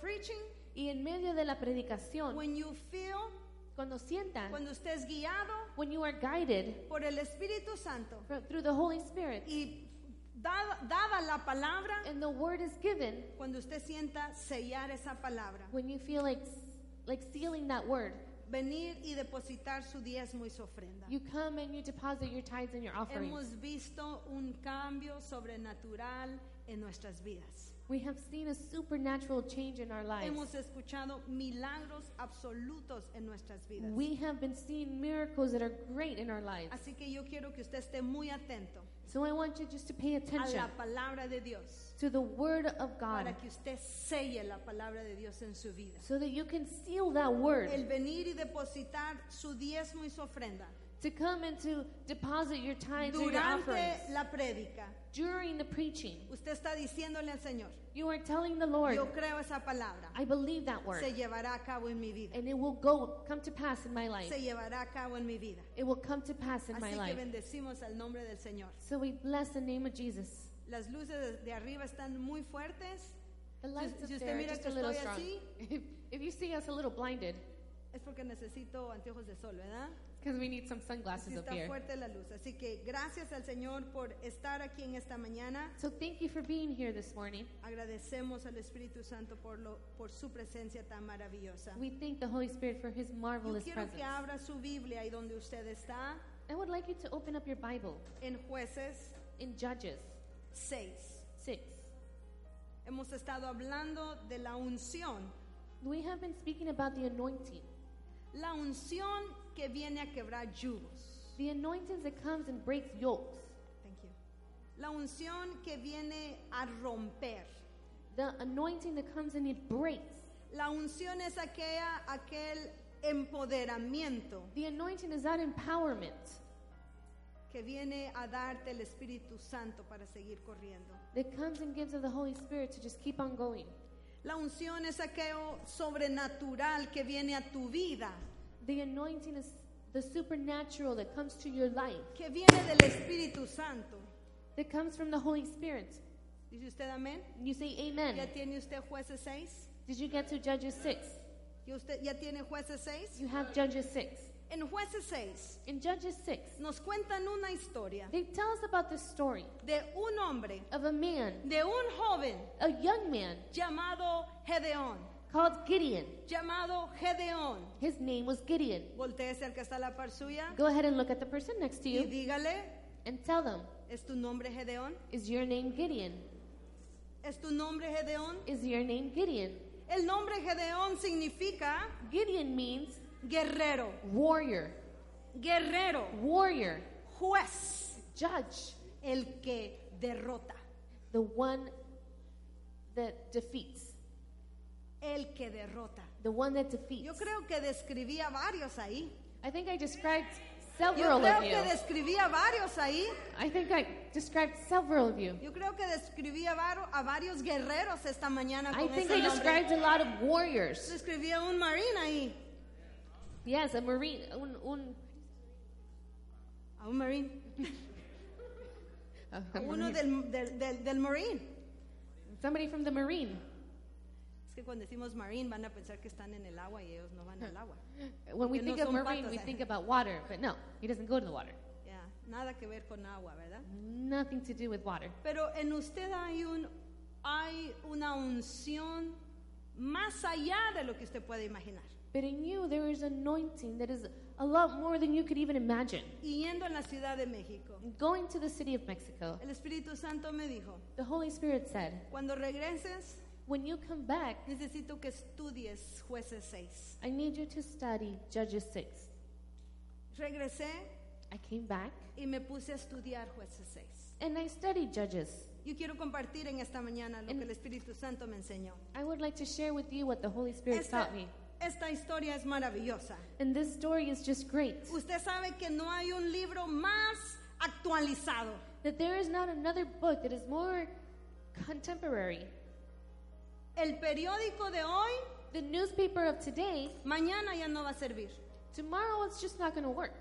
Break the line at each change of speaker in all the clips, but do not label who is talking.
preaching,
Y en medio de la predicación,
when you feel,
cuando sientan,
cuando estés guiado
when you are guided
por el Espíritu Santo
fro- through the Holy Spirit,
y dada, dada la palabra,
and the word is given,
cuando usted sienta sellar esa palabra,
when you feel like like sealing that word,
venir y depositar su diezmo y su ofrenda.
you come and you deposit your tithes and your offerings.
Hemos visto un cambio sobrenatural en nuestras vidas.
We have seen a supernatural change in our lives.
Hemos escuchado milagros absolutos en nuestras vidas.
We have been seeing miracles that are great in our lives.
Así que yo quiero que usted esté muy atento
So I want you just to pay
a
attention
la palabra de Dios
to the word of God
para que usted selle la palabra de Dios en su vida.
so that you can seal that word
El venir y depositar su diezmo y su ofrenda
to come and to deposit your tithes and your offerings
durante la prédica.
during the preaching.
Usted está diciéndole al Señor,
You are telling the Lord,
yo creo esa palabra,
I believe that word
se llevará a cabo en mi vida,
and it will go come to pass in my life.
se llevará a cabo en mi vida.
It will come to pass in my
Así que
life.
bendecimos al nombre del Señor.
So we bless the name of Jesus.
Las luces de arriba están muy fuertes.
The
si
lights up
usted
there are
mira
just
que
a little
estoy
strong.
así-
If, if you see us a little blinded,
Es porque necesito anteojos de sol, ¿verdad?
because we need some
Así
sunglasses up
está
here.
fuerte la luz. Así que gracias al Señor por estar aquí en esta mañana.
So thank you for being here this morning.
Agradecemos al Espíritu Santo por, lo, por su presencia tan maravillosa.
We thank the Holy Spirit for his
Yo
marvelous
quiero
presence.
que abra su Biblia ahí donde usted está,
I would like you to open up your Bible
en Jueces
in Judges
6.
6.
Hemos estado hablando de la unción,
We have been speaking about the anointing,
la unción que viene a quebrar yugos.
the anointing that comes and breaks yokes,
Thank you. La unción que viene a romper.
the anointing that comes and it breaks.
La unción es aquella, aquel empoderamiento
The anointing is that empowerment
que viene a darte el Espíritu Santo para seguir corriendo.
that comes and gives of the Holy Spirit to just keep on going.
La unción es aquello sobrenatural que viene a tu vida,
The anointing is the supernatural that comes to your life,
que viene del Espíritu Santo.
that comes from the Holy Spirit.
Dice usted amén.
You say amen.
Ya tiene usted jueces 6.
Did you get to Judges 6?
¿Ya, usted, ya tiene jueces 6.
You have Judges 6.
En jueces 6
In Judges 6,
nos cuentan una historia
they tell us about the story
de un hombre,
of a man,
de un joven
a young man
llamado Gedeón,
called Gideon.
llamado Gedeón.
His name was Gideon.
Voltéese al que está a la par suya
Go ahead and look at the person next to
y
you
dígale,
and tell them,
¿es tu nombre Gedeón?
is your name Gideon?
¿Es tu nombre Gedeón?
Is your name Gideon?
El nombre Gedeón significa
Gideon means
guerrero,
warrior,
guerrero,
warrior,
juez,
judge,
el que derrota,
the one that defeats,
el que derrota.
the one that defeats.
Yo creo que describí a varios ahí.
I think I described
Yo
several
creo
of
que
you.
describí a varios ahí.
I think I described several of you.
Yo creo que describí a, varo- a varios guerreros esta mañana.
I
Con
think
ese
I
nombre.
described a lot of warriors.
Describí a un marine ahí.
Yes, a marine, un, un,
A un marine.
a
Uno
marine.
del, del, del, del marine.
somebody from the marine.
Es que cuando decimos marine van a pensar que están en el agua y ellos no van al agua.
When we
Que no
think of
son
marine,
patos,
we
eh.
think about water, but no, he doesn't go to the water.
Ya, Nada que ver con agua, ¿verdad?
Nothing to do with water.
Pero en usted hay, un, hay una unción más allá de lo que usted puede imaginar.
But in you, there is anointing that is a lot more than you could even imagine.
Y yendo a la Ciudad de México,
Going to the city of Mexico,
el Espíritu Santo me dijo,
the Holy Spirit said,
cuando regreses
When you come back,
necesito que estudies jueces 6.
I need you to study Judges 6.
Regresé
I came back
y me puse a estudiar jueces 6.
and I studied Judges.
Yo quiero compartir en esta mañana lo
En-
que el Espíritu Santo me enseñó.
I would like to share with you what the Holy Spirit
Esta,
taught me.
esta historia es maravillosa.
And this story is just great.
Usted sabe que no hay un libro más actualizado.
That there is not another book that is more contemporary.
El periódico de hoy
The newspaper of today,
mañana ya no va a servir,
tomorrow it's just not going to work.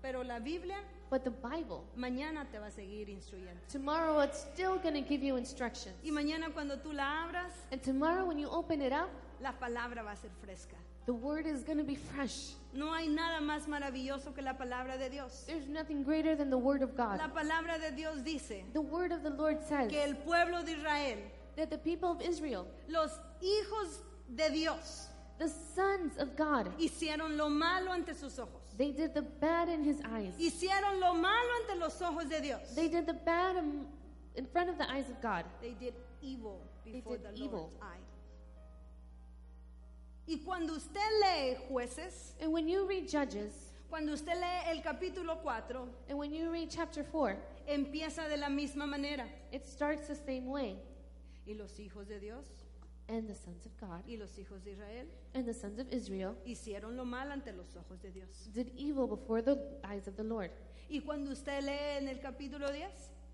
pero la Biblia
But the Bible,
mañana te va a seguir instruyendo.
tomorrow it's still going to give you instructions.
Y mañana cuando tú la abras,
And tomorrow when you open it up,
la palabra va a ser fresca.
the word is going to be fresh.
No hay nada más maravilloso que la palabra de Dios.
There's nothing greater than the word of God.
La palabra de Dios dice
The word of the Lord says
que el pueblo de Israel,
that the people of Israel,
los hijos de Dios,
the sons of God,
hicieron lo malo ante sus ojos.
they did the bad in his eyes.
Hicieron lo malo ante los ojos de Dios.
They did the bad in- in front of the eyes of God.
They did evil before
did
the
evil.
Lord's eye. Y cuando usted lee jueces,
And when you read Judges,
cuando usted lee el capítulo 4,
and when you read chapter 4,
empieza de la misma manera.
it starts the same way.
Y los hijos de Dios
And the sons of God
y los hijos de Israel
and the sons of Israel
hicieron lo mal ante los ojos de Dios.
did evil before the eyes of the Lord.
Y cuando usted lee en el capítulo 10,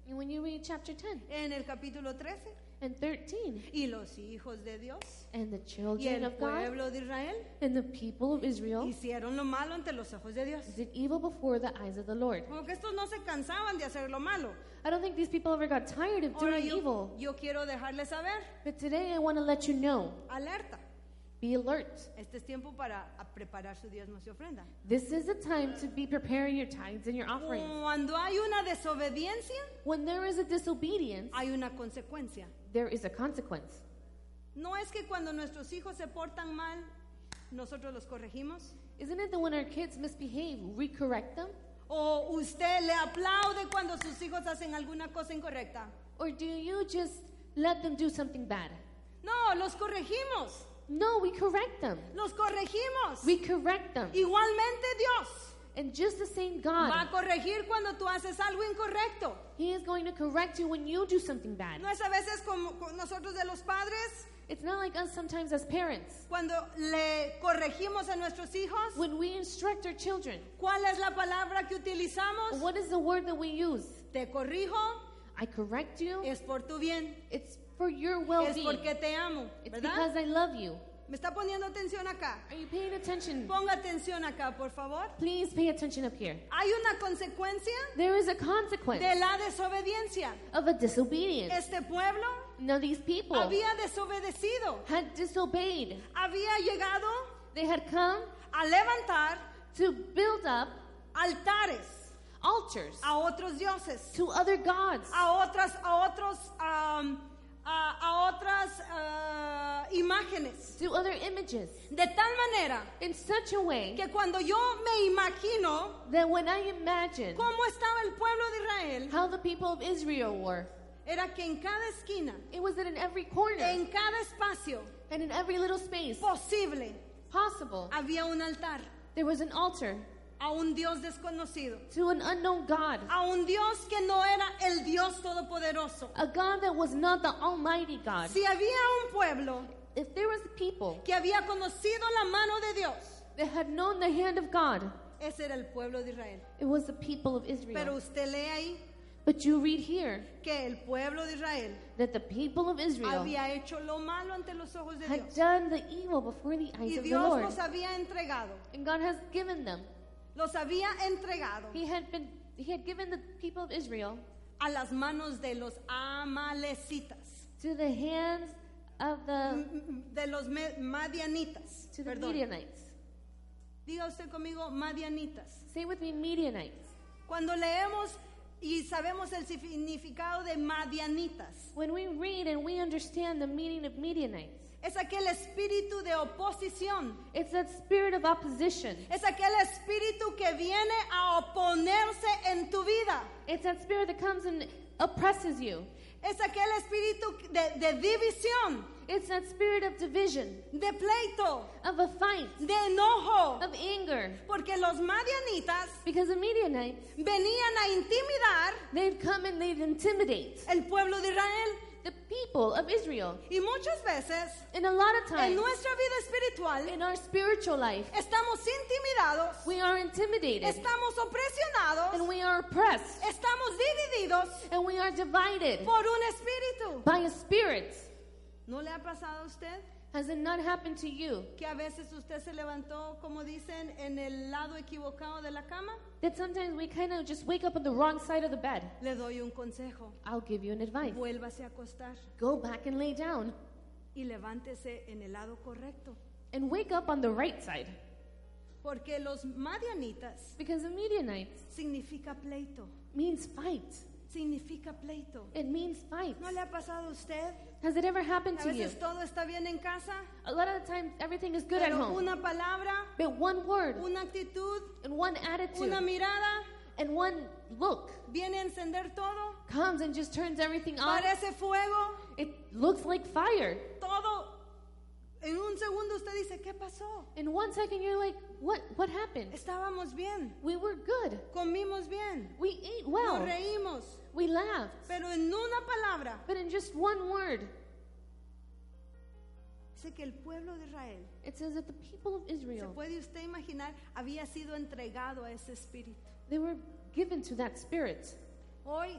And when you read chapter 10
en el capítulo 13,
and 13,
y los hijos de Dios
and the
y
children
el
of God
pueblo de Israel
and the people of Israel
hicieron lo malo ante los ojos de Dios.
did evil before the eyes of the Lord.
Como que estos no se cansaban de hacer lo malo.
I don't think these people ever got tired of
Ahora
doing
yo,
evil.
yo quiero dejarles saber,
But today I want to let you know
alerta.
be alert.
Este es tiempo para a- preparar su diezmo y su ofrenda.
This is a time to be preparing your tithes and your offerings.
Cuando hay una desobediencia,
When there is a disobedience,
hay una consecuencia.
there is a consequence.
No es que cuando nuestros hijos se portan mal, nosotros los corregimos.
Isn't it that when our kids misbehave, we correct them?
O usted le aplaude cuando sus hijos hacen alguna cosa incorrecta.
Or do you just let them do something bad?
No, los corregimos.
No, we correct them.
Los corregimos.
We correct them.
Igualmente Dios
And just the same
va a
God,
corregir cuando tú haces algo incorrecto.
He is going to correct you when you do something bad.
No es a veces como con nosotros de los padres
It's not like us sometimes as parents.
Cuando le corregimos a nuestros hijos,
When we instruct our children,
¿cuál es la palabra que utilizamos?
what is the word that we use?
Te corrijo,
I correct you.
es por tu bien,
It's for your
es
well-being.
porque te amo,
It's because
¿verdad?
I love you.
Me está poniendo atención acá.
Are you paying attention?
Ponga atención acá, por favor.
Please pay attention up here.
Hay una consecuencia
There is a consequence
de la desobediencia.
of a disobedience.
Este pueblo
Now these people
había desobedecido,
had disobeyed.
había llegado
They had come
a levantar
to build up
altares
altars
a otros dioses.
to other gods,
a otras a otros am, a, a otras ah, imágenes
to other images,
de tal manera
in such a way
que cuando yo me imagino
that when I imagine
cómo estaba el pueblo de Israel
how the people of Israel were,
era que en cada esquina
it was that in every corner
en cada espacio
and in every little space
posible
possible,
había un altar
there was an altar
a un Dios desconocido
to an unknown God,
a un Dios que no era el Dios todopoderoso
a God that was not the Almighty God.
si había un pueblo
If there was a people
que había conocido la mano de Dios
that had known the hand of God,
ese era el pueblo de Israel
it was the people of
pero
Israel.
usted lee ahí
But you read here
que el pueblo de Israel
that the people of Israel
había hecho lo malo ante los ojos de
had
Dios
done the evil before the eyes
y
of the
Dios
Lord.
los había entregado,
And God has given them.
los había entregado
He had been he had given the people of Israel
a las manos de los amalecitas,
to the hands of the
de los me- madianitas.
to the
Mm-hmm. Perdón.
Midianites.
Diga usted conmigo, madianitas.
Say with me Midianites.
Cuando leemos y sabemos el significado de madianitas,
When we read and we understand the meaning of Midianites,
es aquel espíritu de oposición,
it's that spirit of opposition.
es aquel espíritu que viene a oponerse en tu vida.
It's that spirit that comes and oppresses you.
Es aquel espíritu de, de división.
It's that spirit of division,
de pleito,
of a fight,
de enojo,
of anger.
porque los madianitas
Because the Midianites,
venían a intimidar
they'd come and they'd intimidate
el pueblo de Israel
the people of Israel.
y muchas veces
And a lot of
en
times,
nuestra vida espiritual
in our spiritual life,
estamos intimidados,
we are intimidated
estamos
and
opresionados,
we are oppressed
estamos divididos
and we are divided
por un espíritu.
by a spirit.
¿No le ha pasado a usted
Has it not happened to you
que a veces usted se levantó, como dicen, en el lado equivocado de la cama?
that sometimes we kind of just wake up on the wrong side of the bed?
Le doy un consejo.
I'll give you an advice.
Vuélvase a acostar
Go back and lay down
y levántese en el lado correcto.
and wake up on the right side.
Porque los madianitas
Because the Midianites
significa pleito,
means fight.
significa pleito.
It means fight.
¿No le ha pasado a usted?
Has it ever happened
A
to you?
veces todo está bien en casa,
A lot of the times, everything is good at
pero
home.
una palabra,
But one word
una actitud,
and one attitude
una mirada
and one look
viene a encender todo.
comes and just turns everything on.
Parece fuego,
It looks like fire.
todo. En un segundo usted dice, ¿qué pasó?
In one second, you're like, what, what happened?
Estábamos bien,
We were good.
comimos bien,
We ate
nos
well.
reímos,
We laughed.
pero en una palabra
But in just one word,
dice que el pueblo de Israel
it says that the people of
¿Se
Israel,
puede usted imaginar? Había sido entregado a ese espíritu.
they were given to that spirit.
Hoy,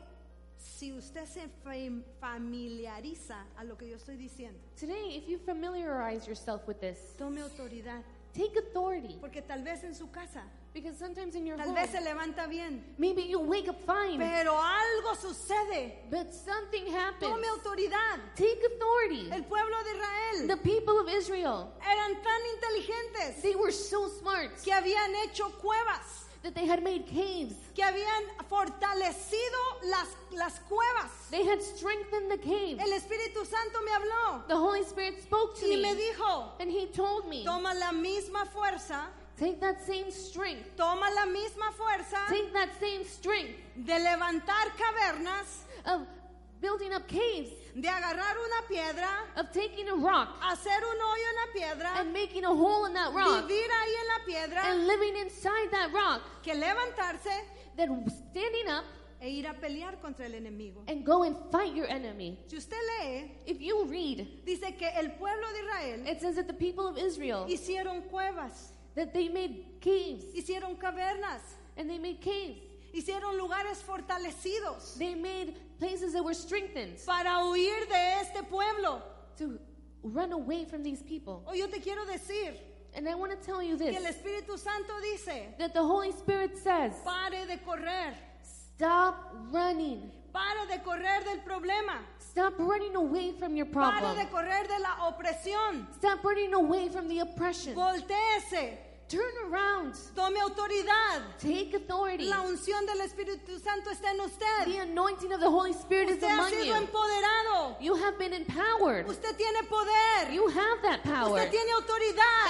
si usted se fam- familiariza a lo que yo estoy diciendo,
Today, if you familiarize yourself with this,
tome autoridad.
take authority.
Porque tal vez en su casa,
Because sometimes in your
tal
home,
vez se levanta bien,
maybe you wake up fine,
pero algo sucede.
but something happens.
Tome autoridad.
Take authority.
El pueblo de Israel
The people of Israel,
eran tan inteligentes
they were so smart
que habían hecho cuevas,
that they had made caves.
que habían fortalecido las, las cuevas.
They had strengthened the cave.
El Espíritu Santo me habló
The Holy Spirit spoke to
y me
me,
dijo,
and He told me,
Toma la misma fuerza,
take that same strength,
toma la misma fuerza
take that same strength
de levantar cavernas,
of building up caves,
de agarrar una piedra,
of taking a rock
hacer un hoyo en la piedra,
and making a hole in that rock
vivir ahí en la piedra,
and living inside that rock,
que levantarse
then standing up
e ir a pelear contra el enemigo.
and go and fight your enemy.
Si usted lee,
If you read,
dice que el pueblo de Israel
it says that the people of Israel
hicieron cuevas,
that they made caves
hicieron cavernas,
and they made caves.
hicieron lugares fortalecidos
They made places that were strengthened
para huir de este pueblo.
to run away from these people.
Hoy yo te quiero decir
And I want to tell you
que el
this
Espíritu Santo dice,
that the Holy Spirit says,
Pare de correr.
stop running.
Pare de correr del problema.
Stop running away from your
Pare
problem.
de correr de la opresión.
Stop running away from the oppression.
Voltéese.
Turn around.
Tome autoridad.
Take authority.
La unción del Espíritu Santo está en usted.
The anointing of the Holy Spirit is
Usted ha
among
sido
you.
empoderado.
You have been empowered.
Usted tiene poder.
You have that power.
Usted tiene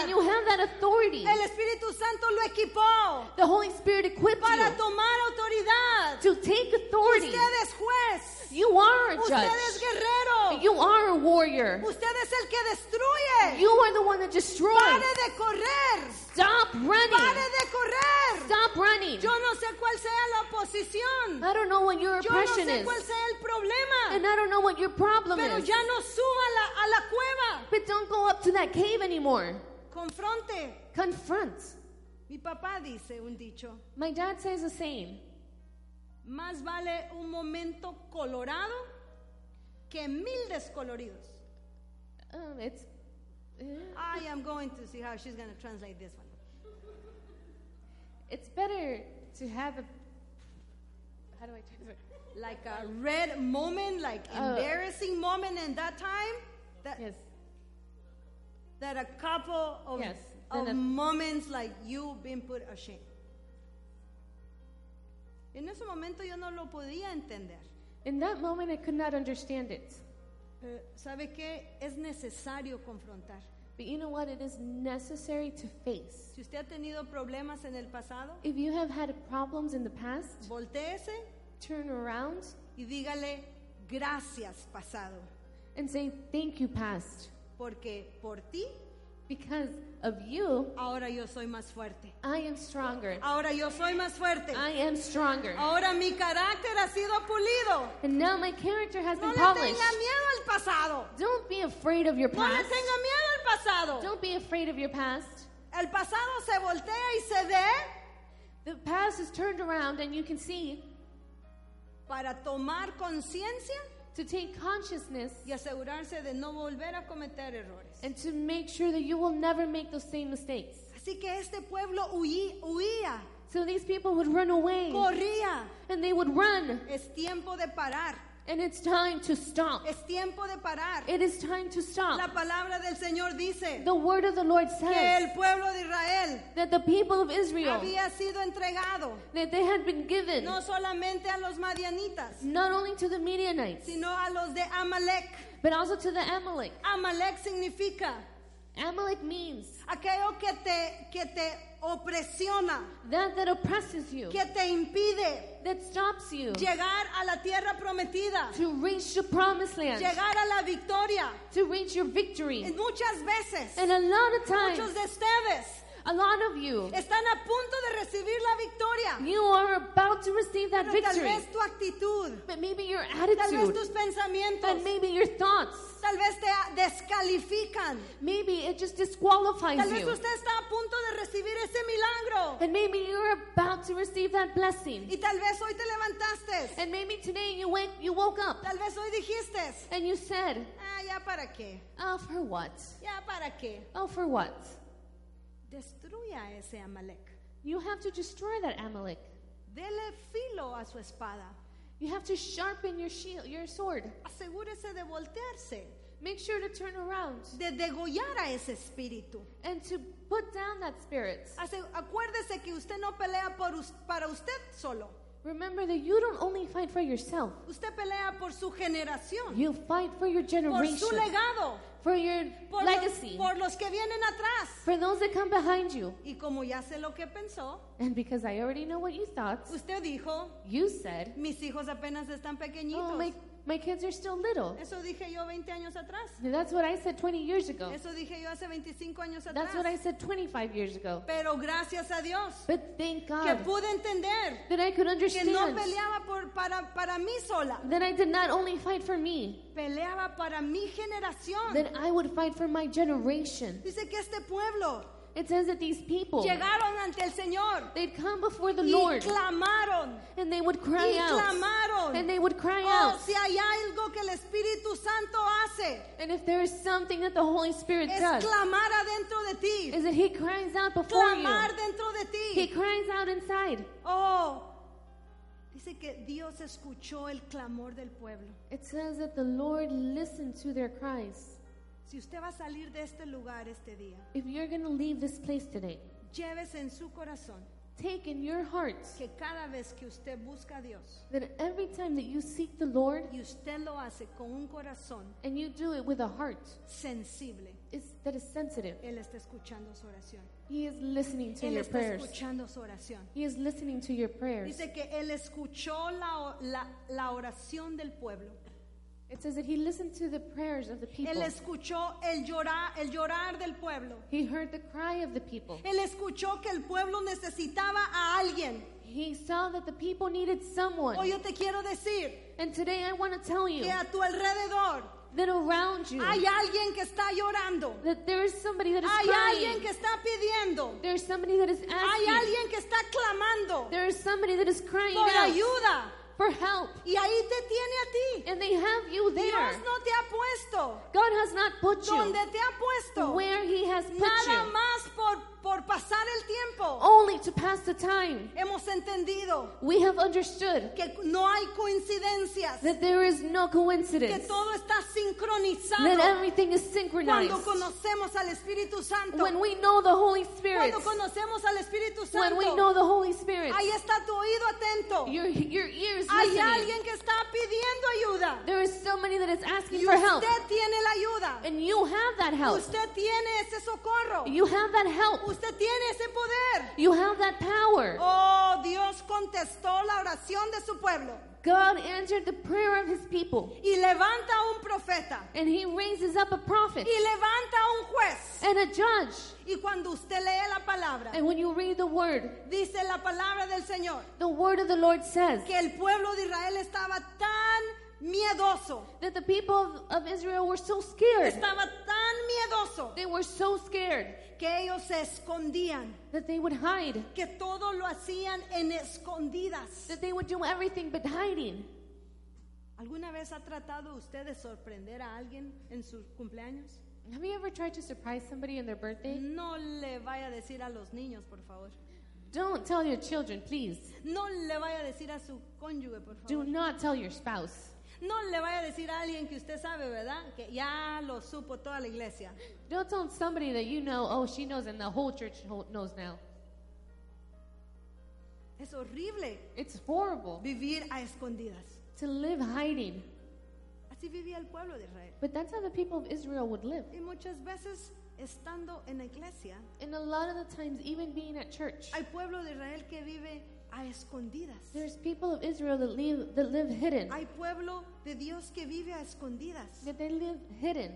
And you
autoridad.
have that authority.
El Espíritu Santo lo equipó
The Holy Spirit equipped
para
you
tomar autoridad.
to take authority.
Usted es juez.
You are a
Usted es
judge.
guerrero.
You are a warrior.
Usted es el que destruye.
You are the one that destroys.
Pare de correr.
Stop
Pare
running.
de correr.
Stop running.
Yo no sé cuál sea la oposición.
I don't know what your
Yo no
oppression
sé
is.
cuál sea el
And
problema.
I don't know what your problem
Pero
is.
ya no suba a la, a la cueva.
But don't go up to that cave anymore.
Confronte.
Confront.
Mi papá dice un dicho.
My dad says a saying.
Más vale un momento colorado que mil descoloridos.
Um, it's uh,
I am going to see how she's going to translate this one.
it's better to have a. How do I translate?
Like a red moment, like embarrassing moment in that time. That,
Uh, Yes.
that a couple of,
Yes,
of
then a-
moments like you being put ashamed. En ese momento yo no lo podía entender.
In that moment, I could not understand it.
Pero ¿sabe qué? Es necesario confrontar.
But you know what? It is necessary to face.
Si usted ha tenido problemas en el pasado,
If you have had problems in the past,
volteese
turn around
y dígale gracias pasado.
and say, Thank you, past,
porque por ti
because of you,
ahora yo soy más fuerte.
I am stronger.
Ahora yo soy más fuerte.
I am stronger.
Ahora mi carácter ha sido pulido.
And now my character has
No
been
le
polished.
tenga miedo al pasado.
Don't be afraid of your
No le
past.
tenga miedo al pasado.
Don't be afraid of your past.
El pasado se voltea y se ve
The past is turned around and you can see
para tomar conciencia
to take consciousness
y asegurarse de no volver a cometer errores.
and to make sure that you will never make those same mistakes.
Así que este pueblo huí- huía,
So these people would run away
corría.
and they would run.
Es tiempo de parar.
And it's time to stop.
Es tiempo de parar.
It is time to stop.
La palabra del Señor dice
The word of the Lord
que
says
el pueblo de Israel
that the people of Israel
había sido entregado
that they had been given
no solamente a los madianitas,
not only to the Midianites
sino a los de Amalek.
but also to the Amalek.
Amalek significa
Amalek means
aquello que te, que te opresiona,
that that oppresses you,
que te impide
that stops you
llegar a la tierra prometida,
to reach the promised land,
llegar a la victoria.
to reach your victory.
Y Muchas veces,
And a lot of
muchos
times,
de ustedes
a lot of you,
están a punto de recibir la victoria,
you are about to receive that
pero tal
victory.
vez tu actitud,
But maybe your
tal vez
attitude,
tus pensamientos,
but maybe your thoughts,
tal vez te descalifican.
maybe it just
Tal
disqualifies
vez
you.
usted está a punto de recibir ese milagro
And maybe you're about to receive that blessing.
y tal vez hoy te levantaste,
And maybe today you went, you woke up,
tal vez hoy dijiste,
and you said,
ah, ya para qué,
"Oh, for what?
ya para qué.
Oh, for what?"
Destruya ese Amalek,
You have to destroy that Amalek.
dele filo a su espada,
You have to sharpen your shield, your sword.
asegúrese de voltearse,
Make sure to turn around
de degollar a ese espíritu.
and to put down that spirit.
Hace- Acuérdese que usted no pelea por us- para usted solo.
Remember that you don't only fight for yourself.
Usted pelea por su generación,
You fight for your
por
generation,
su legado,
for your
por los,
legacy,
por los que vienen atrás.
for those that come behind you.
Y como ya sé lo que pensó,
And because I already know what you thought,
usted dijo,
you said,
mis hijos apenas están
"Oh, my
pequeñitos.
my kids are still little."
Eso dije yo 20 años atrás.
That's what I said 20 years ago.
Eso dije yo hace 25 años
That's what I
atrás.
said 25 years ago.
Pero gracias a Dios
But thank
que
God
pude entender
that I
que
could
no
understand
peleaba por, para, para mí sola,
that I did not only fight for me,
peleaba para mi generación.
that I would fight for my generation.
Dice que este pueblo
It says that these people,
llegaron ante el Señor
they'd come before Oh. the
y
Lord
clamaron.
and they would
y
cry out.
clamaron.
And they would cry
Oh,
out.
si hay algo que el Espíritu Santo hace,
And if there is something that the Holy Spirit
es
does,
clamar adentro de ti,
is that He cries out before you.
clamar dentro de
He
ti.
cries out inside.
Oh, dice que Dios escuchó el clamor del pueblo.
It says that the Lord listened to their cries.
Si usted va a salir de este lugar este día,
If you're going to leave this place today,
llévese en su corazón
take in your heart
que cada vez que usted busca a Dios
that every time that you seek the Lord
y usted lo hace con un corazón
and you do it with a heart
sensible,
is, that is sensitive,
Él está escuchando su oración.
He is listening to
Él
your
está
prayers.
escuchando su oración.
He is listening to your prayers.
Dice que él escuchó la, o- la- la oración del pueblo.
It says that He listened to the prayers of the
Él
people.
escuchó el llorar, el llorar del pueblo.
He heard the cry of the people.
Él escuchó que el pueblo necesitaba a alguien.
He saw that the people needed someone.
Hoy yo te quiero decir
And today I want to tell you
que a tu alrededor
that around you,
hay alguien que está llorando.
that there is somebody that is
Hay alguien
crying.
que está pidiendo.
There is somebody that is
Hay
asking.
alguien que está clamando
There is somebody that is crying
por
out
ayuda.
for help.
Y ahí te tiene a ti.
And they have you there.
Dios no te ha puesto
God has not put you
donde te ha puesto.
where He has put
Nada
you Oh.
más por, por pasar el tiempo.
only to pass the time.
Hemos entendido
We have understood
que no hay coincidencias,
that there is no
que
coincidence,
todo está
that
sincronizado
everything is
cuando
synchronized.
conocemos al Espíritu Santo.
When we know the Holy Spirit,
Cuando conocemos al Espíritu
when we know
Santo,
the Holy Spirit,
ahí está tu oído atento.
your, your ears
Hay
listening.
alguien que está pidiendo ayuda.
There is somebody that is asking
Y
for help.
usted tiene la ayuda.
And you have that help.
Usted tiene ese socorro.
You have that help.
Usted tiene tiene ese poder.
You have that power.
Oh, Dios contestó la oración de su pueblo
God answered the prayer of his people.
y levanta a un profeta
And he raises up a prophet
y levanta a un juez.
and a judge.
Y cuando usted lee la palabra,
And when you read the word,
dice la palabra del Señor
the word of the Lord says
que el pueblo de Israel estaba tan miedoso,
that the people of, of Israel were so scared.
estaba tan miedoso
They were so scared
que ellos se escondían,
that they would hide,
que todo lo hacían en escondidas.
that they would do everything but hiding.
¿Alguna vez ha tratado usted de sorprender a alguien en sus cumpleaños?
Have you ever tried to surprise somebody on their birthday?
No le vaya a decir a los niños, por favor.
Don't tell your children, please.
No le vaya a decir a su cónyuge, por
Do
favor.
not tell your spouse.
No le vaya a decir a alguien que usted sabe, ¿verdad? Que ya lo supo toda la iglesia.
Don't tell somebody that you know, oh, she knows, and the whole church ho- knows now.
Es horrible
It's horrible
vivir a escondidas.
to live hiding.
Así vivía el pueblo de Israel.
But that's how the people of Israel would live.
Y muchas veces, estando en la iglesia,
And a lot of the times, even being at church,
hay pueblo de Israel que vive a escondidas.
there's people of Israel that live, that live hidden,
Hay pueblo de Dios que vive a escondidas.
that they live hidden.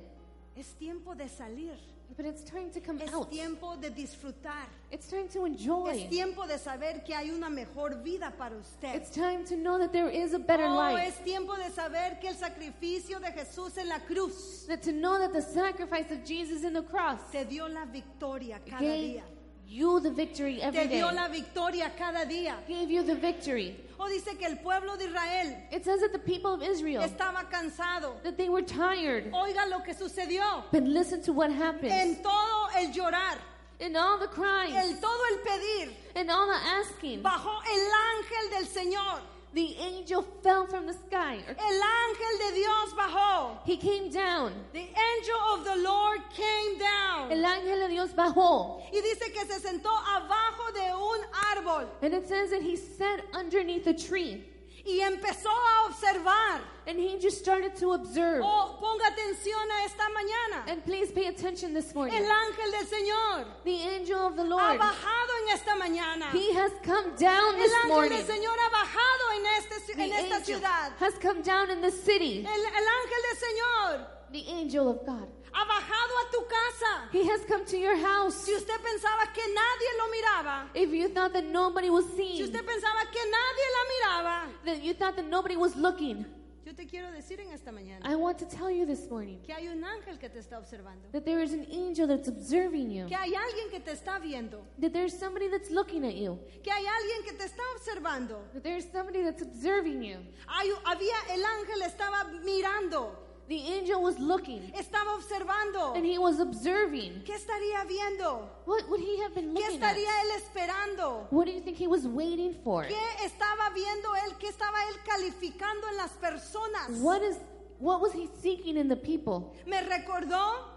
Es tiempo de salir.
But it's time to come
Es
out.
tiempo de disfrutar.
It's time to
Es
enjoy.
tiempo de saber que hay una mejor vida para usted.
It's time to know that there is a better
Oh,
life.
es tiempo de saber que el sacrificio de Jesús en la cruz
That to know that the sacrifice of Jesus in the cross
te dio la victoria cada
gave
día.
you the victory
Te
every day.
dio la victoria cada día.
Gave you the victory.
O dice que el pueblo de Israel
It says that the people of Israel
estaba cansado.
that they were tired,
Oiga lo que sucedió.
but listen to what happened.
En todo el llorar,
In all the crying,
en todo el pedir,
in all the asking,
bajó el ángel del Señor.
the angel fell from the sky. Or
El ángel de Dios bajó.
he came down.
The angel of the Lord came down.
El ángel de Dios bajó.
Y dice que se sentó abajo de un árbol.
And it says that he sat underneath a tree.
y empezó a observar.
And he just started to observe.
Oh, ponga atención a esta mañana.
And please pay attention this morning.
El ángel del Señor
The angel of the
ha
Lord,
bajado en esta mañana.
he has come down
El
this
ángel
morning.
del Señor ha bajado en, este, ci-
The
en esta
angel
ciudad. Eh.
has come down in the city.
El, el ángel del Señor
The angel of God,
ha bajado a tu casa.
he has come to your house.
Si usted pensaba que nadie lo miraba,
If you thought that nobody was
si
seeing,
usted pensaba que nadie la miraba,
that you thought that nobody was looking,
yo te quiero decir en esta mañana
I want to tell you this morning
que hay un ángel que te está observando,
that there is an angel that's observing you,
que hay alguien que te está viendo,
that there's somebody that's looking at you,
que hay alguien que te está observando.
that there's somebody that's observing you.
Hay- había el ángel estaba mirando,
The angel was looking
estaba observando.
and he was observing.
¿Qué estaría viendo?
What would he have been
¿Qué
looking at?
estaría él esperando?
What do you think he was waiting for?
¿Qué estaba viendo él? ¿Qué estaba él calificando en las personas?
What is what was he seeking in the people?
Me recordó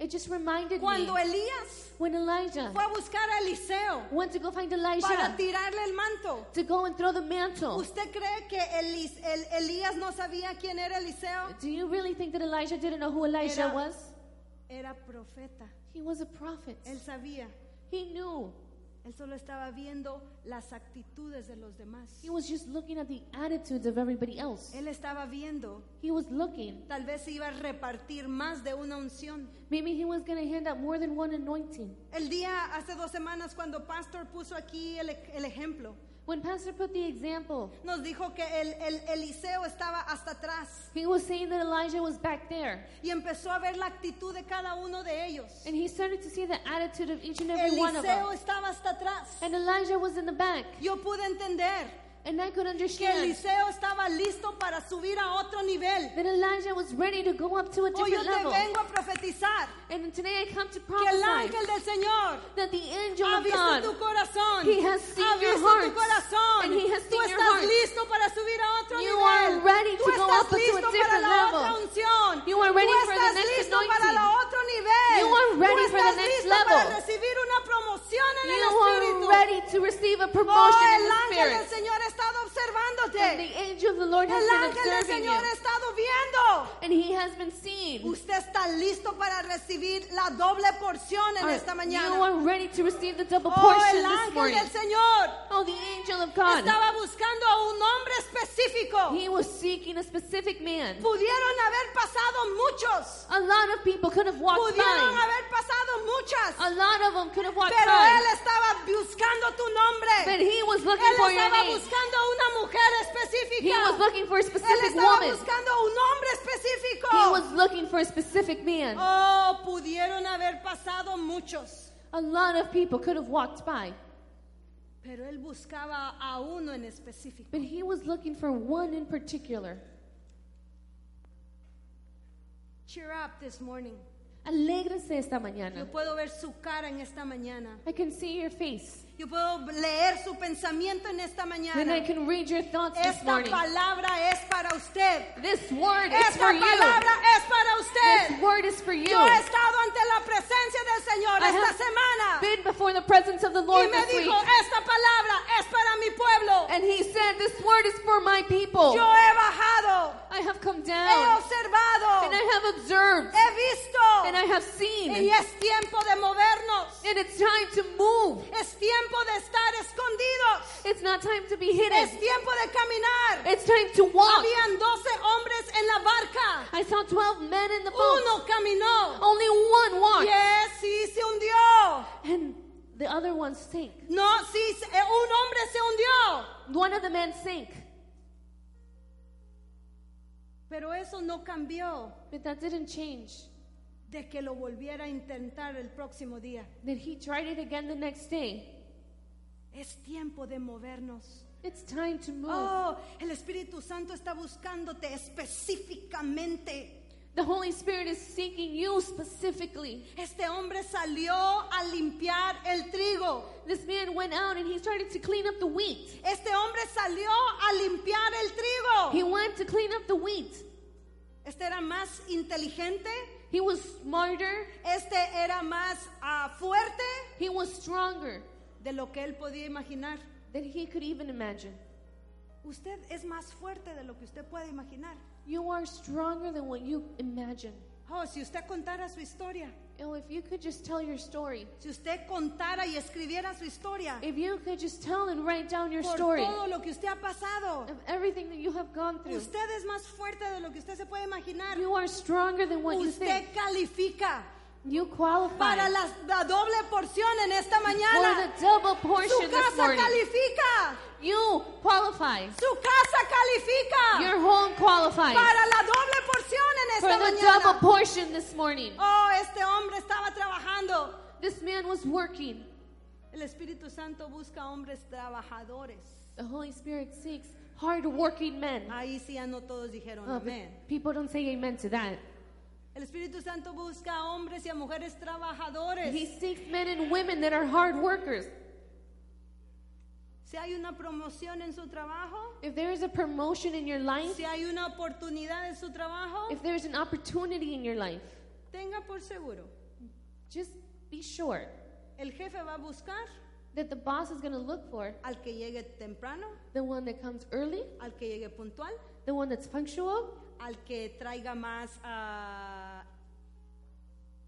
It just reminded
cuando
me
Elías
when Elijah
fue a buscar a Eliseo
went to go find
para
Elijah
tirarle el manto.
to go and throw the mantle.
¿Usted cree que Elis- el- Elías no sabía quién era Eliseo?
Do you really think that Elijah didn't know who Elijah
Era-
was?
Era profeta.
He was a prophet.
Él sabía.
He knew.
Él solo estaba viendo las actitudes de los demás.
He was just looking at the attitudes of everybody else.
Él estaba viendo,
He was looking.
tal vez se iba a repartir más de una unción.
Maybe he was going to hand out more than one anointing.
El día, hace dos semanas, cuando Pastor puso aquí el, el ejemplo,
When Pastor put the example,
nos dijo que el, el Eliseo estaba hasta atrás
he was saying that Elijah was back there.
y empezó a ver la actitud de cada uno de ellos.
And he started to see the attitude of each and every one of
Eliseo
them.
estaba hasta atrás.
And Elijah was in the back.
Yo pude entender
And I could
que
understand
Eliseo estaba listo para subir a otro nivel.
that Elijah was ready to go up to a
Hoy Oh, yo
different
te
level.
vengo a profetizar
And today I come to
que el
prophesy
ángel del Señor
that the angel
ha
of
visto
God
tu corazón.
He has seen
ha
your
visto tu
hearts.
corazón.
And he has
Tú
seen your
estás
hearts.
listo para subir a otro
You
nivel.
are ready
Tú
to go
estás
up to a
listo para
different
la
level.
otra unción.
You are ready
Tú
for the
estás
next
listo para la
anointing.
otro nivel.
You are ready
Tú
for the
estás
next
listo para
level.
recibir una promoción en
You
el
are
Espíritu.
ready to receive a promotion
Oh,
in
el
the
ángel del
Spirit.
Señor ha estado observándote. observe.
And the angel of the Lord
El
has been
ángel del
observing you.
Señor ha estado viendo.
And he has been seen.
Usted está listo para recibir la doble porción en
Are-
esta
You
mañana.
are ready to receive the double
Oh,
portion
el
this
ángel
morning.
del Señor
Oh, the angel of God.
estaba buscando a un hombre específico.
He was seeking a specific man.
Pudieron haber pasado muchos.
A lot of people could have walked
Pudieron
by.
haber pasado muchas.
A lot of them could have walked
Pero él
by.
estaba buscando tu
But
nombre.
he was looking for
Él
your
estaba
name.
buscando a una mujer
He was
específica.
looking for a
Él
specific
estaba
woman.
buscando a un hombre
He was
específico.
looking for a specific man.
Oh, pudieron haber pasado muchos.
A lot of people could have walked by.
Pero él buscaba a uno en específico.
But he was looking for one in particular.
Cheer up this morning.
Alégrese esta
Yo
mañana.
puedo ver su cara en esta mañana.
I can see your face.
Yo puedo leer su pensamiento en esta
And I
mañana.
can read your thoughts this
Esta
morning.
palabra es para usted.
This word is
Esta
for you.
palabra es para
This
usted.
word is for you.
Yo he estado ante la presencia del Señor
I
esta
have
semana
Been before the presence of the
y me
Lord this
dijo,
week.
esta palabra es para mi pueblo.
And he said, This word is for my people.
Yo he bajado,
I have come
he
down.
observado,
And I have observed.
he visto
And I have
y
seen.
es tiempo de movernos.
And it's time to move.
Es tiempo de estar escondidos.
It's not time to be
Es
hidden.
tiempo de caminar.
It's time to walk.
Habían 12 hombres en la barca.
I saw 12 men in the boat.
Uno caminó
Only one
y
walked.
él sí se hundió.
And the other one sank.
No, sí, se- eh, un hombre se hundió.
One of the men sank.
Pero eso no cambió
But that didn't change.
de que lo volviera a intentar el próximo día.
Then he tried it again the next day.
Es tiempo de movernos.
It's time to move.
Oh, el Espíritu Santo está buscándote específicamente.
The Holy Spirit is seeking you specifically.
Este hombre salió a limpiar el trigo.
This man went out and he started to clean up the wheat.
Este hombre salió a limpiar el trigo.
He went to clean up the wheat.
Este era más inteligente.
He was smarter.
Este era más ah, fuerte
He was stronger
de lo que él podía imaginar.
than he could even imagine.
Usted es más fuerte de lo que usted puede imaginar.
You are stronger than what you imagine.
Oh, si usted contara su historia,
Oh, if you could just tell your story.
si usted contara y escribiera su historia,
If you could just tell and write down your
por
story
todo lo que usted ha pasado,
of everything that you have gone through.
usted es más fuerte de lo que usted se puede imaginar.
You are stronger than what you think.
Usted califica
You qualify
para la, la doble porción en esta
for
mañana.
the double
Su
portion this
casa
morning.
califica,
You qualify.
su casa califica
Your home qualifies
para la doble porción en
for
esta
the double
mañana.
portion this morning.
Oh, este hombre estaba trabajando.
This man was working.
El Espíritu Santo busca hombres trabajadores.
The Holy Spirit seeks hard-working men.
Ahí sí ya no todos dijeron
Oh, but
amén.
people don't say amen to that.
El Espíritu Santo busca a hombres y a mujeres
He
trabajadores.
seeks men and women that are hard workers.
Si hay una promoción en su trabajo,
If there is a promotion in your life,
si hay una oportunidad en su trabajo,
if there is an opportunity in your life,
tenga por seguro,
just be sure
el jefe va a buscar
that the boss is going to look for
al que llegue temprano,
the one that comes early,
al que llegue puntual,
the one that's punctual,
al que traiga más, ah,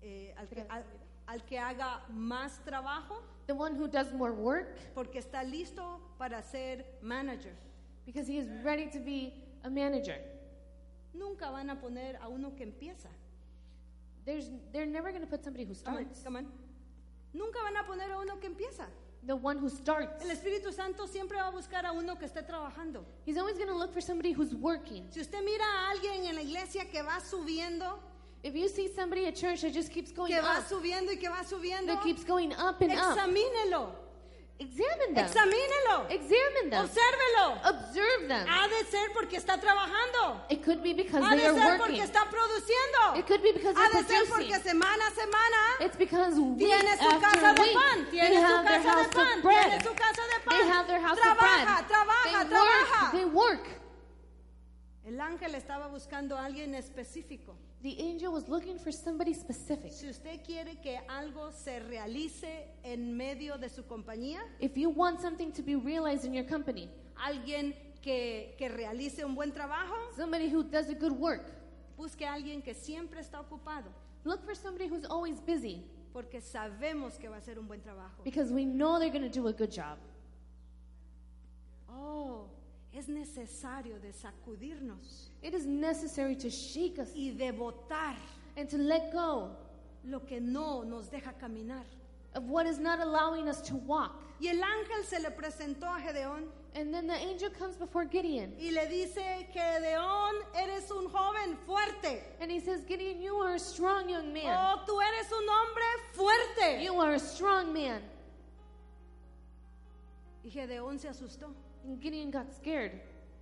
eh, al, que, al- al que haga más trabajo,
the one who does more work
porque está listo para ser manager.
because he is ready to be a manager.
Nunca van a poner a uno que empieza.
There's, they're never going to put somebody who
Come on,
starts.
come on. Nunca van a poner a uno que empieza.
The one who starts.
El Espíritu Santo siempre va a buscar a uno que esté trabajando.
He's always going to look for somebody who's working.
Si usted mira a alguien en la iglesia que va subiendo,
If you see somebody at church that just keeps going
que va
up,
subiendo y que va subiendo,
that ah. keeps going up and up,
examínelo,
examine them.
examínelo,
Examine them.
obsérvelo.
Observe them.
Ha de ser porque está trabajando.
It could be because
Ha
they
de
are
ser porque
working.
está
It
produciendo.
could be because
Ha
they're
de ser porque
producing.
semana a semana
It's because week
Tiene su casa
after
de
week,
pan,
they
tiene su
have their
casa
house
de pan,
of
tiene
bread.
su casa de pan.
They have their house of bread.
trabaja, trabaja,
they work.
trabaja.
They work.
El ángel estaba buscando a alguien específico.
The angel was looking for somebody specific.
Si usted quiere que algo se realice en medio de su compañía,
If you want something to be realized in your company,
alguien que, que realice un buen trabajo,
Somebody who does a good work.
busque a alguien que siempre está ocupado,
Look for somebody who's always busy
porque sabemos que va a ser un buen trabajo.
because we know they're going to do a good job.
Oh, es necesario de sacudirnos
It is necessary to shake us
y de botar
and to let go
lo que no nos deja caminar.
of what is not allowing us to walk.
Y el ángel se le presentó a Gedeón
And then the angel comes before Gideon
y le dice, Gedeón, eres un joven fuerte.
and he says, Gideon, you are a strong young man.
Oh, tú eres un hombre fuerte.
You are a strong man.
Y Gedeón se asustó.
And Gideon got scared.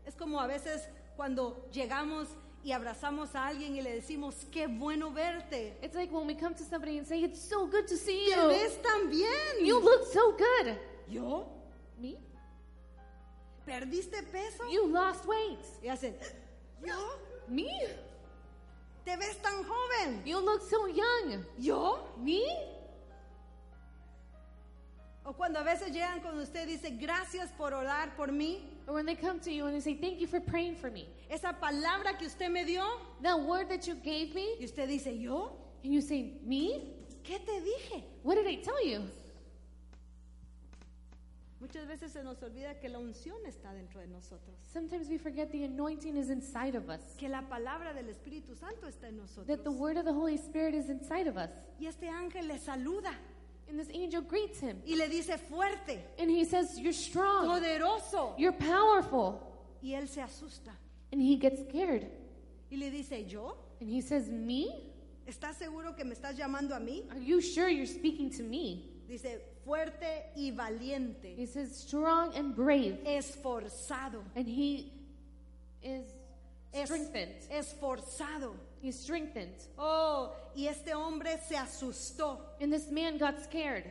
Es como a veces cuando llegamos y abrazamos a alguien y le decimos, qué bueno verte.
It's like when we come to somebody and say, It's so good to see
Te
you.
ves tan bien.
You look so good.
Yo,
Me?
perdiste peso.
You lost weight.
Y hacen, yo,
Me?
te ves tan joven.
You look so young.
Yo.
Me?
O cuando a veces llegan con usted y dicen, gracias por orar por mí.
Or when they come to you and they say, Thank you for praying for me.
Esa palabra que usted me dio.
That word that you gave me,
Y usted dice, yo,
and you say, Me?
¿qué te dije?
What did I tell you?
Muchas veces se nos olvida que la unción está dentro de nosotros.
Sometimes we forget the anointing is inside of us,
Que la palabra del Espíritu Santo está en
that the
nosotros.
word of the Holy Spirit is inside of us.
Y este ángel le saluda
And this angel greets him,
y le dice fuerte,
and he says, You're strong,
poderoso.
you're powerful.
Y él se asusta
And he gets scared.
y le dice, ¿yo?
And he says, Me?
¿Estás seguro que me estás llamando a mí?
Are you sure you're speaking to me?
Dice, fuerte y valiente,
He says, Strong and brave.
esforzado,
And he is
es-
strengthened.
esforzado.
He's strengthened.
Oh, y este hombre se asustó.
And this man got scared.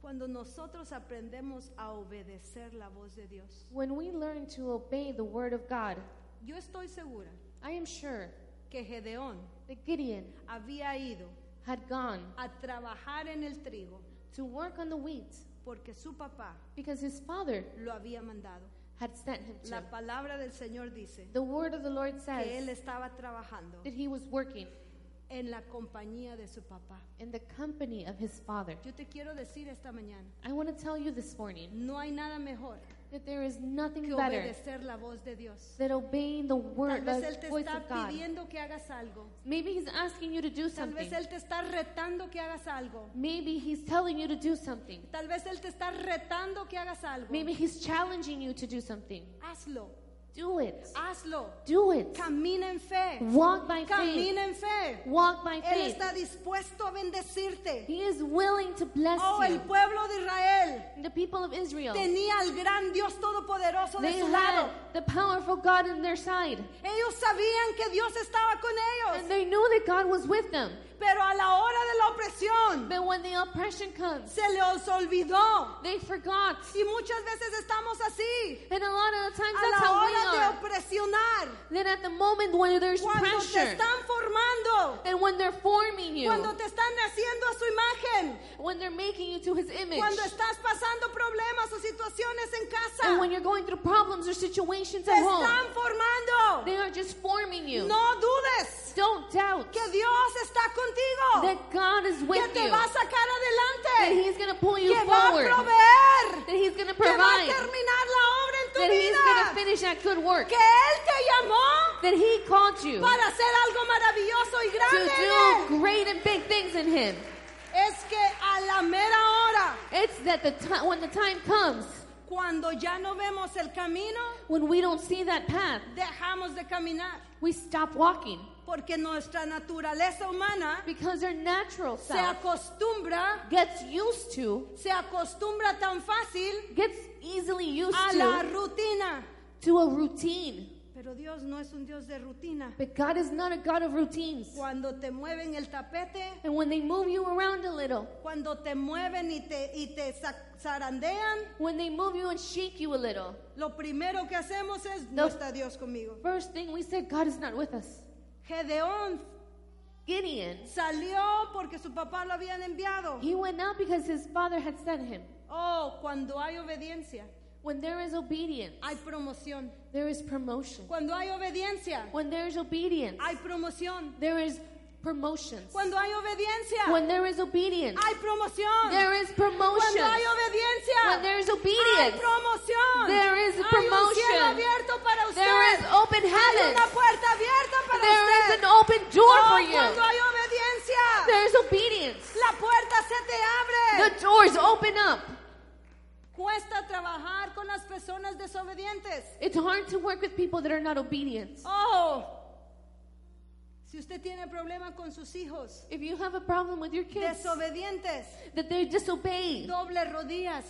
Cuando nosotros aprendemos a obedecer la voz de Dios,
When we learn to obey the word of God,
yo estoy segura
I am sure
que Gedeón
that Gideon
había ido
had gone
a trabajar en el trigo
to work on the wheat
porque su papá
because his father
lo había mandado.
had sent him to.
La palabra del Señor dice
The word of the Lord
que él
says
estaba trabajando
that he was working
en la compañía de su papá.
in the company of his father.
Yo te quiero decir esta mañana,
I want to tell you this morning
no hay nada mejor
that there is nothing
que
better
obedecer la voz de Dios.
than obeying the
Tal
word,
vez
the
Él te
voice of
está
God.
pidiendo que hagas algo.
Maybe he's asking you to do
Tal
something.
vez Él te está retando que hagas algo.
Maybe he's telling you to do something.
Tal vez Él te está retando que hagas algo.
Maybe he's challenging you to do something.
Hazlo,
Do it.
hazlo.
Do it.
Camina en fe.
Walk by faith.
Camina en fe.
Walk by
Él
faith.
está dispuesto a bendecirte.
He is willing to bless
Oh, el
you.
pueblo de Israel
The people of Israel,
tenía al gran Dios Todopoderoso de
they
su
had
lado.
the powerful God on their side.
Ellos sabían que Dios estaba con
And
ellos,
they knew that God was with them.
pero a la hora de la opresión
But when the oppression comes,
se les olvidó.
they forgot.
Y muchas veces estamos así,
And a lot of the times,
a
that's
la
how we
hora de
are.
opresionar,
Then at the moment when there's
cuando te
pressure,
están formando,
and when they're forming you,
cuando te están haciendo a su imagen,
when they're making you to His image,
cuando estás pasando problemas o situaciones en
and when
casa,
you're going through problems or situations
te
at home,
están formando.
they are just forming you.
No dudes.
Don't doubt
que Dios está contigo,
that God is
que
with
te
you,
va a
that
sacar adelante,
He's going to pull you
que va a
forward,
proveer,
that He's going to
que va a
provide.
terminar la obra en tu
that he's going to
vida,
finish that good work.
que Él te llamó
That he called you
para hacer algo maravilloso y
to
grande. en
do
Él.
great and big things in him.
Es que a la mera hora,
It's that the ti- when the time comes,
cuando ya no vemos el camino,
when we don't see that path,
dejamos de caminar,
we stop walking
porque nuestra naturaleza humana
because our natural
se
self
acostumbra,
gets used to,
se acostumbra tan fácil
gets easily used
a la
to,
rutina.
to a routine.
Pero Dios no es un Dios de rutina.
But God is not a God of routines.
Cuando te mueven el tapete,
And when they move you around a little,
cuando te mueven y te, y te sa- zarandean,
when they move you and shake you a little,
lo primero que hacemos es,
No.
no está Dios conmigo.
first thing we said, God is not with us.
Gedeón
Gideon,
salió porque su papá lo habían enviado.
he went out because his father had sent him.
Oh, cuando hay obediencia,
When there is obedience,
hay promoción.
there is promotion.
Cuando hay obediencia,
When there is obedience,
hay promoción.
there is promotions.
Cuando hay obediencia,
When there is obedience,
hay promoción.
there is promotion.
Cuando hay obediencia,
When there is
hay
obedience,
promoción.
there is
Hay un cielo
promotion.
abierto para usted.
there is open
Hay una
heaven.
puerta abierta para
There
usted.
is an open door
Oh,
for you.
Cuando hay obediencia,
There is obedience.
la puerta se te abre.
The doors open up.
Cuesta trabajar con las personas desobedientes.
It's hard to work with people that are not obedient.
Oh, si usted tiene problema con sus hijos
If you have a problem with your kids,
desobedientes,
that they disobey,
doble rodillas,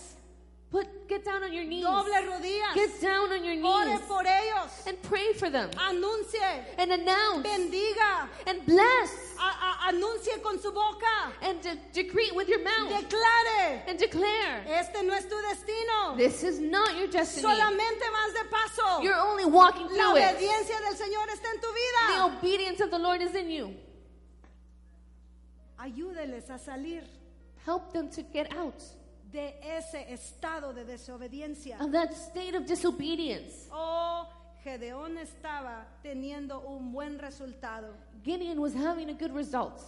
put get down on your knees.
doble rodillas.
Get down on your
Ore
knees
por ellos,
and pray for them
anuncie,
and announce
bendiga,
and bless
a- a- anuncie con su boca,
and de- decree with your mouth
declare,
and declare,
este no es tu destino,
this is not your destiny.
solamente vas de paso.
You're only walking
La
through it.
obediencia del Señor está en tu
The
vida.
obedience of the Lord is in you.
Ayúdeles a salir
Help them to get out
de ese estado de desobediencia.
of that state of disobedience.
Oh, Gedeón estaba teniendo un buen resultado.
Gideon was having a good result.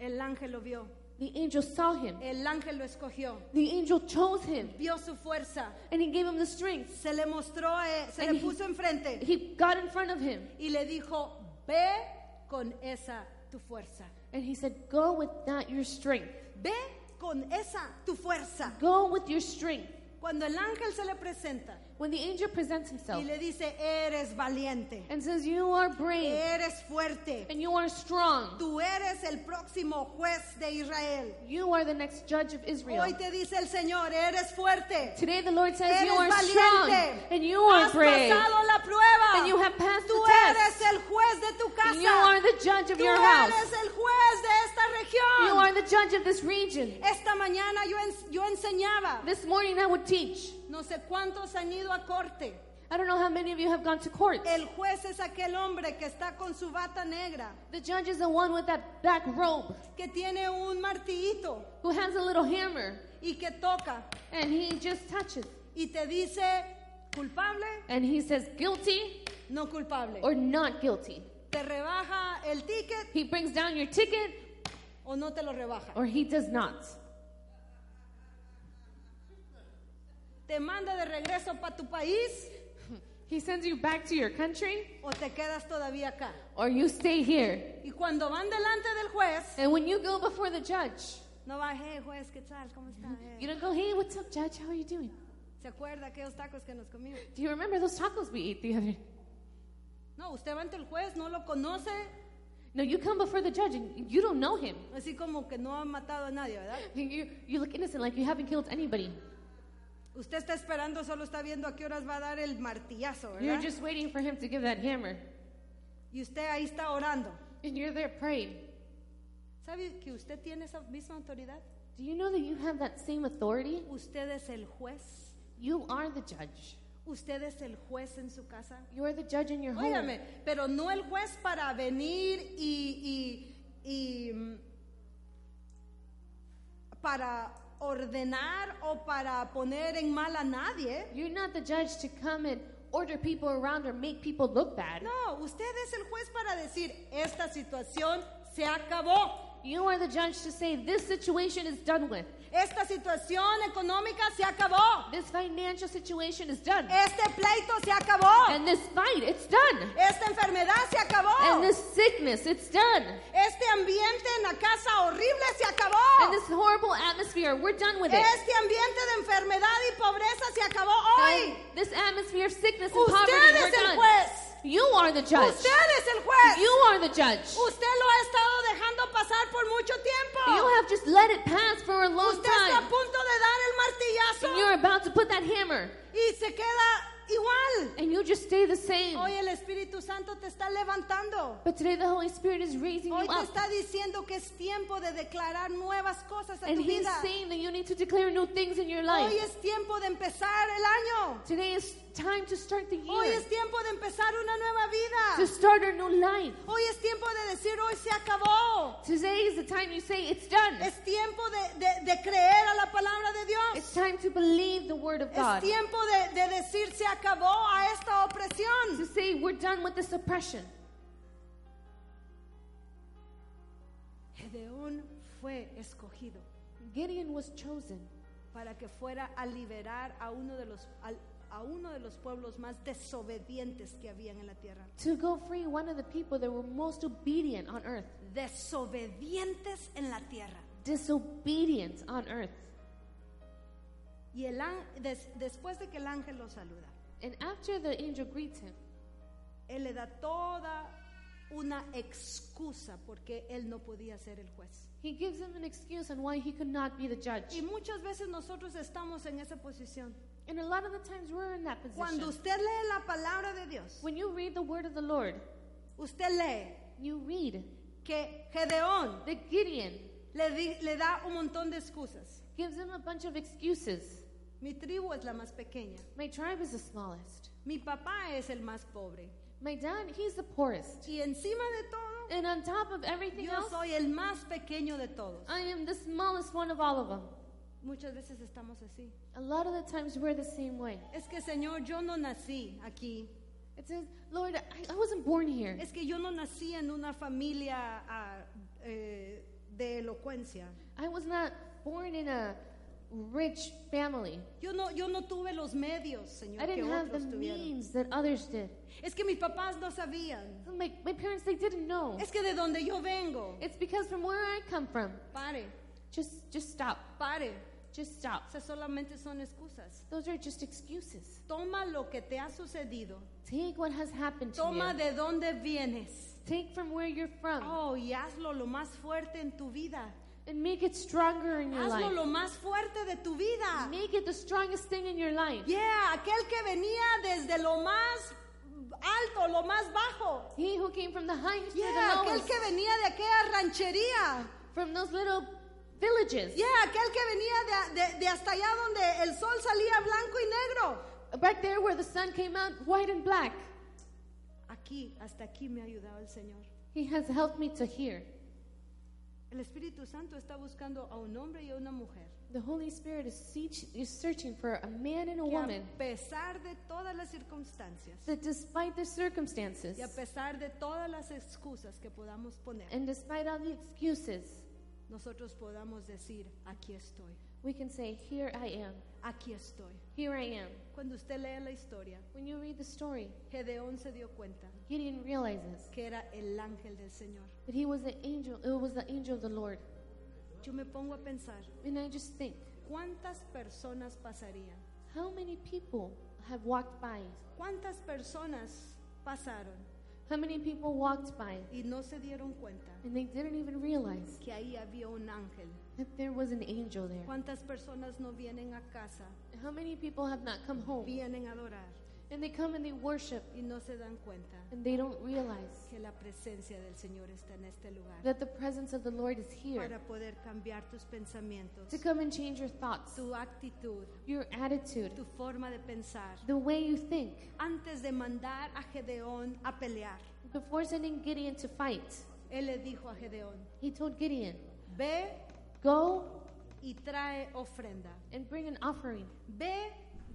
El ángel lo vio,
The angel saw him.
el ángel lo escogió,
The angel chose him
vio su fuerza,
and he gave him the strength.
se le mostró, eh, se le
And he-
puso enfrente
He got in front of him
y le dijo, ve con esa tu fuerza,
and he said, Go with that your strength.
ve con esa tu fuerza.
Go with your strength.
Cuando el ángel se le presenta
When the angel presents himself
y le dice, eres valiente,
and says, You are brave
eres fuerte,
and you are strong,
tú eres el próximo juez de Israel.
you are the next judge of Israel.
Hoy te dice el Señor, eres fuerte.
Today the Lord says,
Eres
You are strong
valiente.
and you are
Has
brave.
pasado la prueba.
And you have passed
Tú
the test.
eres el juez de tu casa.
You are the judge of
Tú
your
eres
house.
el juez de esta región.
You are the judge of this region.
Esta mañana yo, ens- yo enseñaba.
This morning I would teach.
No sé cuántos han ido a corte.
I don't know how many of you have gone to court.
El juez es aquel hombre que está con su bata negra,
The judge is the one with that black robe
que tiene un martillito
who has a little hammer
y que toca
and he just touches
y te dice culpable,
and he says guilty
no culpable.
or not guilty.
Te rebaja el ticket
He brings down your ticket
o no te lo rebaja.
or he does not.
Te manda de regreso para tu país
He sends you back to your country
o te quedas todavía acá.
or you stay here.
Y cuando van delante del juez,
And when you go before the judge,
no va, hey juez, ¿qué tal? ¿Cómo está? Eh,
you don't go, hey, what's up, judge? How are you doing?
¿Se acuerda aquellos tacos que nos comimos?
Do you remember those tacos we ate the other day?
No, usted va ante el juez, no lo conoce,
No, you come before the judge and you don't know him.
así como que no ha matado a nadie, ¿verdad?
You, you look innocent like you haven't killed anybody.
Usted está esperando, solo está viendo a qué horas va a dar el martillazo,
You're
¿verdad?
just waiting for him to give that hammer.
Y usted ahí está orando.
And you're there praying.
¿Sabe que usted tiene esa misma autoridad?
Do you know that you have that same authority?
Usted es el juez.
You are the judge.
Usted es el juez en su casa.
You are the judge in your home.
Óigame, pero no el juez para venir y, y- y, mm, para ordenar o para poner en mal a nadie.
You're not the judge to come and order people around or make people look bad.
No, usted es el juez para decir, esta situación se acabó.
You are the judge to say this situation is done with.
Esta situación económica se acabó.
This financial situation is done.
Este pleito se acabó.
And this fight, it's done.
Esta enfermedad se
And
acabó.
this sickness, it's done.
Este ambiente en la casa horrible se
And
acabó.
this horrible atmosphere, we're done with it.
Este ambiente de enfermedad y pobreza se acabó
And
hoy.
this atmosphere of sickness and poverty,
Usted
we're
es el
done.
juez.
You are the judge.
Usted es el juez.
You are the judge.
Usted lo ha estado dejando pasar por mucho
You
tiempo.
have just let it pass for a long
Usted está a
time.
punto de dar el
And
martillazo
you're about to put that hammer.
y se queda igual.
And you just stay the same.
Hoy el Espíritu Santo te está levantando.
But today the Holy Spirit is raising
Hoy
you
te
up.
está diciendo que es tiempo de declarar nuevas cosas a
And
tu
He's
vida.
saying that you need to declare new things in your life.
Hoy es tiempo de empezar el año.
Today is time to start the
Hoy
year.
es tiempo de empezar una nueva
To
vida.
start a new life.
Hoy es tiempo de decir hoy se acabó.
Today is the time you say it's done.
Es tiempo de, de- de creer a la palabra de Dios.
It's time to believe the word of
Es
God.
tiempo de, de decir se acabó a esta
To
opresión.
say we're done with this oppression.
Gedeón fue escogido
Gideon was chosen
para que fuera a liberar a uno de los al- a uno de los pueblos más desobedientes que habían en la tierra.
to go free one of the people that were most obedient on earth.
Desobedientes en la tierra.
Disobedient on earth.
Y el an- des- después de que el ángel lo saluda,
And after the angel greets him,
él le da toda una excusa porque él no podía ser el juez.
he gives him an excuse on why he could not be the judge.
Y muchas veces nosotros estamos en esa posición.
And a lot of the times we're in that position.
Cuando usted lee la palabra de Dios,
When you read the word of the Lord,
usted lee
you read
que Gedeón
that Gideon
le, di- le da un montón de excusas.
gives him a bunch of excuses.
Mi tribu es la más pequeña.
My tribe is the smallest.
Mi papá es el más pobre.
My dad, he's the poorest.
Y encima de todo,
And on top of everything
yo
else,
soy el más pequeño de todos.
I am the smallest one of all of them.
Muchas veces estamos así.
A lot of the times we're the same way.
Es que Señor, yo no nací aquí.
It says, Lord, I, I wasn't born here.
Es que yo no nací en una familia ah, eh, de elocuencia.
I was not born in a rich family.
Yo no, yo no tuve los medios, Señor,
I
que
didn't have the
otros tuvieron.
means that others did.
Es que mis papás no sabían.
So My, my parents, they didn't know.
Es que de donde yo vengo.
It's because from where I come from,
Pare,
just, just stop.
pare.
Just stop.
Esas solamente son excusas.
Those are just excuses.
Toma lo que te ha sucedido.
Take what has happened to
Toma
you.
de dónde vienes.
Take from where you're from
Oh, y hazlo lo más fuerte en tu vida.
and make it stronger in your
Hazlo
life.
lo más fuerte de tu vida.
Make it the strongest thing in your life.
Yeah, aquel que venía desde lo más alto, lo más bajo.
He who came from the highest
Yeah,
to the
aquel
lowest,
que venía de aquella ranchería.
from those little villages,
Yeah, aquel que venía de, de- de hasta allá donde el sol salía blanco y negro.
back there where the sun came out white and black.
Aquí, hasta aquí me ha ayudado el Señor.
He has helped me to hear.
El Espíritu Santo está buscando a un hombre y a una mujer
The Holy Spirit is, seach- is searching for a man and a
que
woman
a pesar de todas las circunstancias
that, despite the circumstances
y a pesar de todas las excusas que podamos poner,
and despite all the excuses,
nosotros podamos decir, aquí estoy,
we can say, Here I am.
aquí estoy.
Here I am.
Cuando usted lee la historia,
When you read the story,
Gedeón se dio cuenta
Gideon realizes
que era el ángel del Señor.
that he was the angel. It was the angel of the Lord.
Yo me pongo a pensar,
And I just think,
¿cuántas personas pasarían?
how many people have walked by?
¿Cuántas personas pasaron
How many people walked by
y no se dieron cuenta
and they didn't even realize
que ahí había un ángel?
that there was an angel there?
¿Cuántas personas no vienen a casa,
How many people have not come home
vienen a adorar
and they come and they worship
y no se dan cuenta
and they don't realize
que la presencia del Señor está en este lugar
that the presence of the Lord is
para
here
poder cambiar tus pensamientos,
to come and change your thoughts,
tu actitud,
your attitude,
tu forma de pensar?
the way you think?
Antes de mandar a Gedeón a pelear,
Before sending Gideon to fight,
él le dijo a Gedeón,
he told Gideon,
ve
Go
y trae ofrenda,
and bring an offering.
ve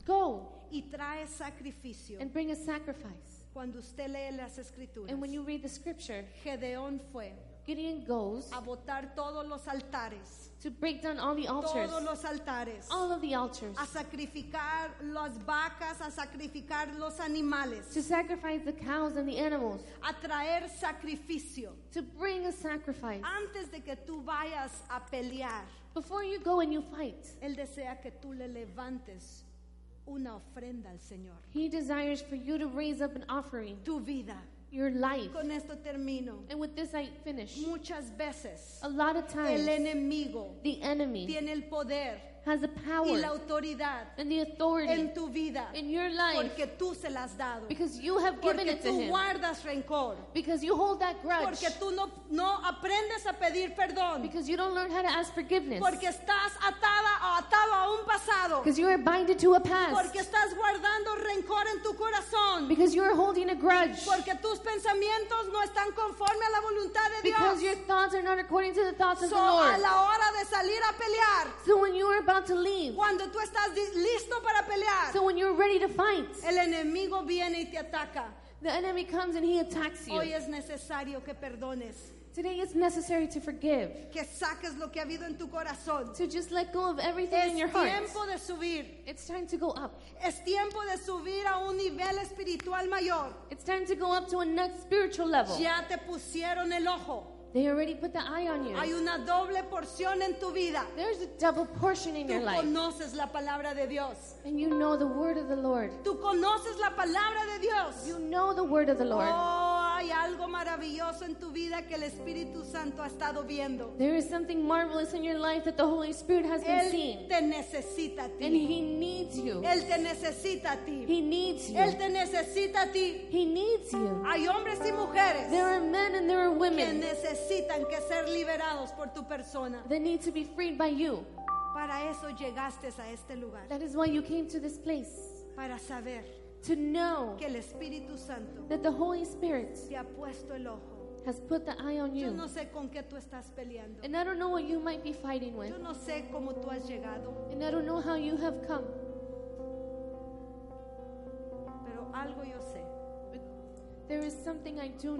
Go
y trae sacrificio.
and bring a sacrifice.
Cuando usted lee las escrituras,
And when you read the scripture,
Gedeón fue
Gideon goes
a botar todos los altares,
to break down all the altars,
todos los altares,
all of the altars,
a sacrificar las vacas, a sacrificar los animales,
to sacrifice the cows and the animals,
a traer sacrificio.
to bring a sacrifice.
Antes de que tú vayas a pelear,
Before you go and you fight,
Él desea que tú le levantes una ofrenda al Señor.
He desires for you to raise up an offering,
Tu vida.
your life.
Con esto termino.
And with this, I finish.
Muchas veces
A lot of
el
times,
enemigo
the enemy
tiene el poder
has the
y la
power
autoridad
and the authority
en tu vida
in your life
porque tú se las has dado.
because you have given
Porque
it to
tú
Him,
guardas rencor.
because you hold that grudge,
Porque tú no, no aprendes a pedir perdón.
because you don't learn how to ask forgiveness.
Porque estás atada o atado a un pasado.
Because you are binded to a
Porque
past.
estás guardando rencor en tu corazón.
Because you are holding a grudge.
Porque tus pensamientos no están conforme a la voluntad de
Because your
Dios.
thoughts are not according to the thoughts of the
So, a
Lord.
la hora de salir a pelear,
So when you are you're about to leave.
Cuando tú estás di- listo para pelear,
So when you're ready to fight,
el enemigo viene y te ataca.
the enemy comes and he attacks
Hoy
you.
es necesario que perdones,
Today it's necessary to forgive.
que saques lo que ha habido en tu corazón.
To just let go of everything
Es
in your heart.
tiempo de subir.
It's time to go up.
Es tiempo de subir a un nivel espiritual mayor.
It's time to go up to a next spiritual level.
Ya te pusieron el ojo.
They already put the eye on
Hay
you.
una doble porción en tu vida.
There's a double portion in your
Tú
life.
conoces la palabra de Dios.
And you know the word of the Lord.
Tú conoces la palabra de Dios.
You know the word of the Lord.
Oh, hay algo maravilloso en tu vida que el Espíritu Santo ha estado viendo.
There is something marvelous in your life that the Holy Spirit has been
Él
seeing.
te necesita a
And
ti.
he needs you.
Él te necesita a ti.
He needs
Él
you.
te necesita a ti.
He needs you.
Hay hombres y mujeres
There are men and there are
que
women
necesitan que ser liberados por tu persona.
that need to be freed by you.
Para eso llegaste a este lugar.
That is why you came to this place.
Para saber
To know
que el Espíritu Santo
that the Holy Spirit
te ha puesto el ojo.
has put the eye on
Yo
you.
no sé con qué tú estás peleando.
And I don't know what you might be fighting with.
Yo no sé cómo tú has llegado.
And I don't know how you have come.
Pero algo yo sé.
But there is something I do